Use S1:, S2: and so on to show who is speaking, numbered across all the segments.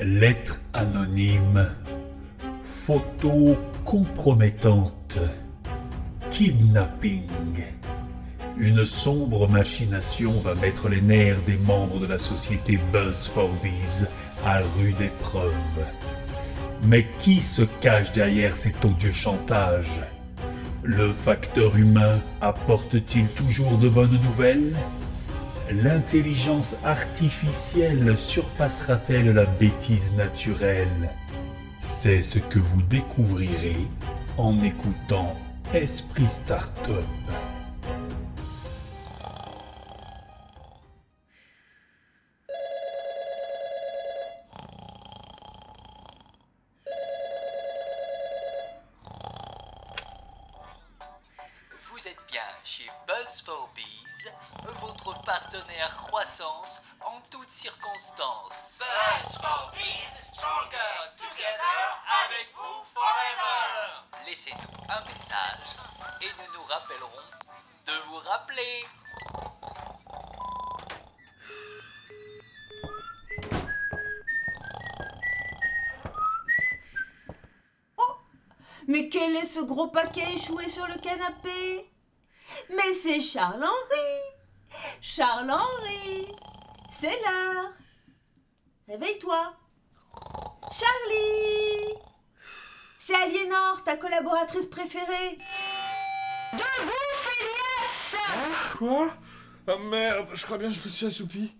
S1: Lettre anonyme. Photo compromettante. Kidnapping. Une sombre machination va mettre les nerfs des membres de la société Buzz for Bees à rude épreuve. Mais qui se cache derrière cet odieux chantage Le facteur humain apporte-t-il toujours de bonnes nouvelles L'intelligence artificielle surpassera-t-elle la bêtise naturelle C'est ce que vous découvrirez en écoutant Esprit Startup.
S2: Vous êtes bien chez Buzz for Bees, votre partenaire croissance en toutes circonstances.
S3: Buzz for Bees, stronger together avec vous forever.
S2: Laissez-nous un message et nous nous rappellerons de vous rappeler.
S4: Mais quel est ce gros paquet échoué sur le canapé Mais c'est Charles-Henri Charles-Henri C'est l'heure Réveille-toi Charlie C'est Aliénor, ta collaboratrice préférée
S5: Quoi Ah merde, je crois bien que je me suis assoupi.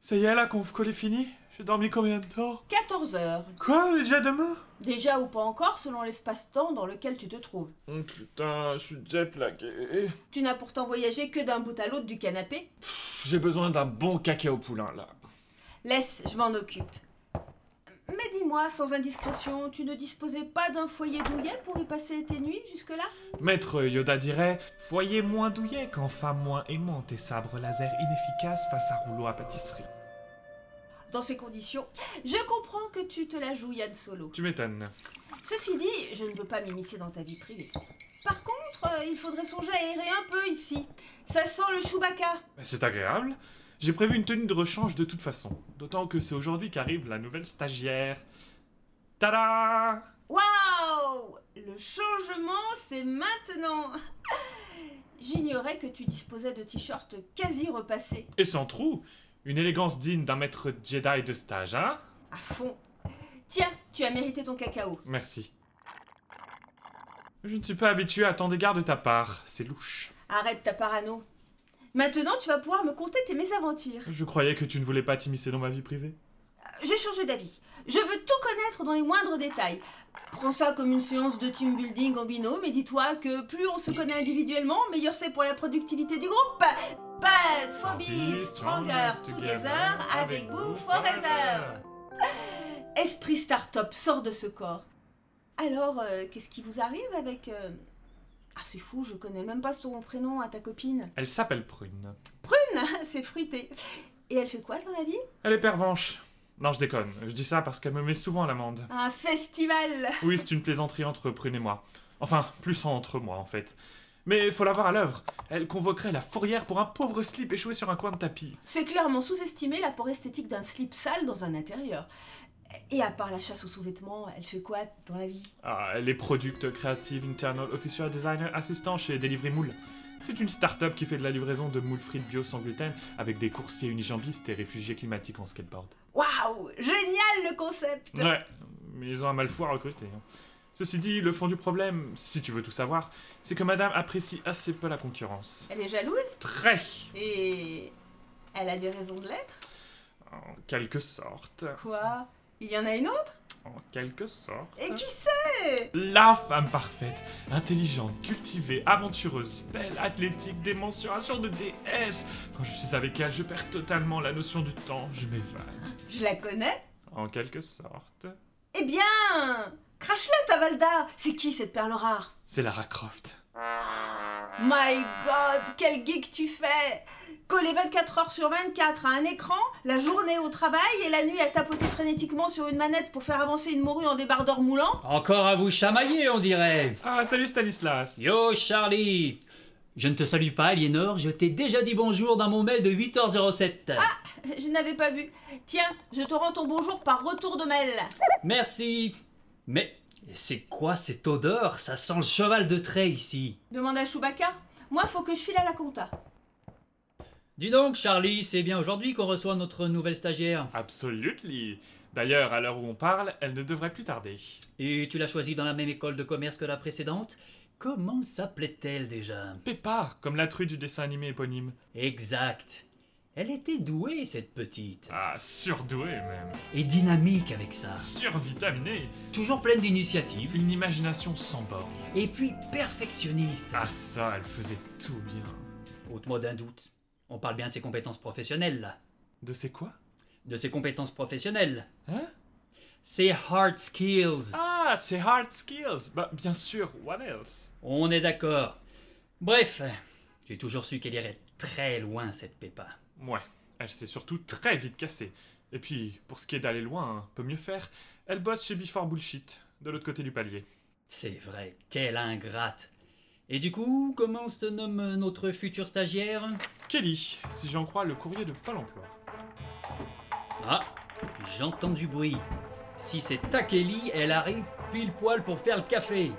S5: Ça y est, la conf call est finie J'ai dormi combien de temps
S4: 14 heures.
S5: Quoi Déjà demain
S4: Déjà ou pas encore, selon l'espace-temps dans lequel tu te trouves.
S5: Oh putain, je suis jet lagué.
S4: Tu n'as pourtant voyagé que d'un bout à l'autre du canapé.
S5: J'ai besoin d'un bon cacao poulain, là.
S4: Laisse, je m'en occupe. Mais dis-moi, sans indiscrétion, tu ne disposais pas d'un foyer douillet pour y passer tes nuits jusque-là
S5: Maître Yoda dirait Foyer moins douillet quand femme moins aimante et sabre laser inefficace face à rouleau à pâtisserie.
S4: Dans ces conditions, je comprends que tu te la joues Yann Solo.
S5: Tu m'étonnes.
S4: Ceci dit, je ne veux pas m'immiscer dans ta vie privée. Par contre, euh, il faudrait songer à errer un peu ici. Ça sent le Chewbacca.
S5: Mais C'est agréable. J'ai prévu une tenue de rechange de toute façon. D'autant que c'est aujourd'hui qu'arrive la nouvelle stagiaire. Tada
S4: Waouh Le changement, c'est maintenant J'ignorais que tu disposais de t-shirts quasi repassés.
S5: Et sans trou, une élégance digne d'un maître Jedi de stage, hein
S4: À fond. Tiens, tu as mérité ton cacao.
S5: Merci. Je ne suis pas habitué à tant d'égards de ta part, c'est louche.
S4: Arrête ta parano. Maintenant, tu vas pouvoir me conter tes mésaventures.
S5: Je croyais que tu ne voulais pas t'immiscer dans ma vie privée.
S4: J'ai changé d'avis. Je veux tout connaître dans les moindres détails. Prends ça comme une séance de team building en binôme et dis-toi que plus on se connaît individuellement, meilleur c'est pour la productivité du groupe. Buzz, phobie, stronger, together, avec vous, forever. Esprit start-up, sort de ce corps. Alors, euh, qu'est-ce qui vous arrive avec. euh, Ah, c'est fou, je connais même pas son prénom à ta copine.
S5: Elle s'appelle Prune.
S4: Prune, c'est fruité. Et elle fait quoi dans la vie
S5: Elle est pervenche. Non, je déconne. Je dis ça parce qu'elle me met souvent à l'amende.
S4: Un festival
S5: Oui, c'est une plaisanterie entre Prune et moi. Enfin, plus entre moi, en fait. Mais faut la voir à l'œuvre. Elle convoquerait la fourrière pour un pauvre slip échoué sur un coin de tapis.
S4: C'est clairement sous-estimer la portée esthétique d'un slip sale dans un intérieur. Et à part la chasse aux sous-vêtements, elle fait quoi dans la vie
S5: Ah, elle est product creative internal officer designer assistant chez Delivery Moule. C'est une start-up qui fait de la livraison de moules frites bio sans gluten avec des coursiers unijambistes et réfugiés climatiques en skateboard.
S4: Waouh Génial le concept
S5: Ouais, mais ils ont un mal fou à recruter. hein. Ceci dit, le fond du problème, si tu veux tout savoir, c'est que madame apprécie assez peu la concurrence.
S4: Elle est jalouse
S5: Très
S4: et... Elle a des raisons de l'être
S5: En quelque sorte.
S4: Quoi Il y en a une autre
S5: En quelque sorte.
S4: Et qui sait
S5: La femme parfaite, intelligente, cultivée, aventureuse, belle, athlétique, des mensurations de déesse. Quand je suis avec elle, je perds totalement la notion du temps, je m'évade.
S4: Je la connais
S5: En quelque sorte.
S4: Eh bien Crache-la, Tavalda C'est qui cette perle rare
S5: C'est Lara Croft.
S4: My god, quel geek tu fais Coller 24 heures sur 24 à un écran, la journée au travail et la nuit à tapoter frénétiquement sur une manette pour faire avancer une morue en débardeur moulant
S6: Encore à vous chamailler, on dirait.
S5: Ah, salut Stanislas
S6: Yo, Charlie Je ne te salue pas, Aliénor, je t'ai déjà dit bonjour dans mon mail de 8h07.
S3: Ah
S4: Je n'avais pas vu. Tiens, je te rends ton bonjour par retour de mail.
S6: Merci. Mais c'est quoi cette odeur Ça sent le cheval de trait ici.
S4: Demande à Chewbacca. Moi, faut que je file à la compta.
S6: Dis donc, Charlie, c'est bien aujourd'hui qu'on reçoit notre nouvelle stagiaire.
S5: Absolutely. D'ailleurs, à l'heure où on parle, elle ne devrait plus tarder.
S6: Et tu l'as choisie dans la même école de commerce que la précédente Comment s'appelait-elle déjà
S5: Peppa, comme la truie du dessin animé éponyme.
S6: Exact. Elle était douée, cette petite.
S5: Ah, surdouée même.
S6: Et dynamique avec ça.
S5: Survitaminée.
S6: Toujours pleine d'initiative.
S5: Une imagination sans borne.
S6: Et puis perfectionniste.
S5: Ah ça, elle faisait tout bien.
S6: Ôte-moi d'un doute. On parle bien de ses compétences professionnelles, là.
S5: De c'est quoi
S6: De ses compétences professionnelles.
S5: Hein
S6: Ses hard skills.
S5: Ah, c'est hard skills. Bah, bien sûr, what else
S6: On est d'accord. Bref, j'ai toujours su qu'elle irait très loin, cette Peppa.
S5: Ouais, elle s'est surtout très vite cassée. Et puis, pour ce qui est d'aller loin, peut mieux faire, elle bosse chez Before Bullshit, de l'autre côté du palier.
S6: C'est vrai, quelle ingrate. Et du coup, comment se nomme notre future stagiaire
S5: Kelly, si j'en crois le courrier de Pôle emploi.
S6: Ah, j'entends du bruit. Si c'est Takeli, elle arrive pile poil pour faire le café.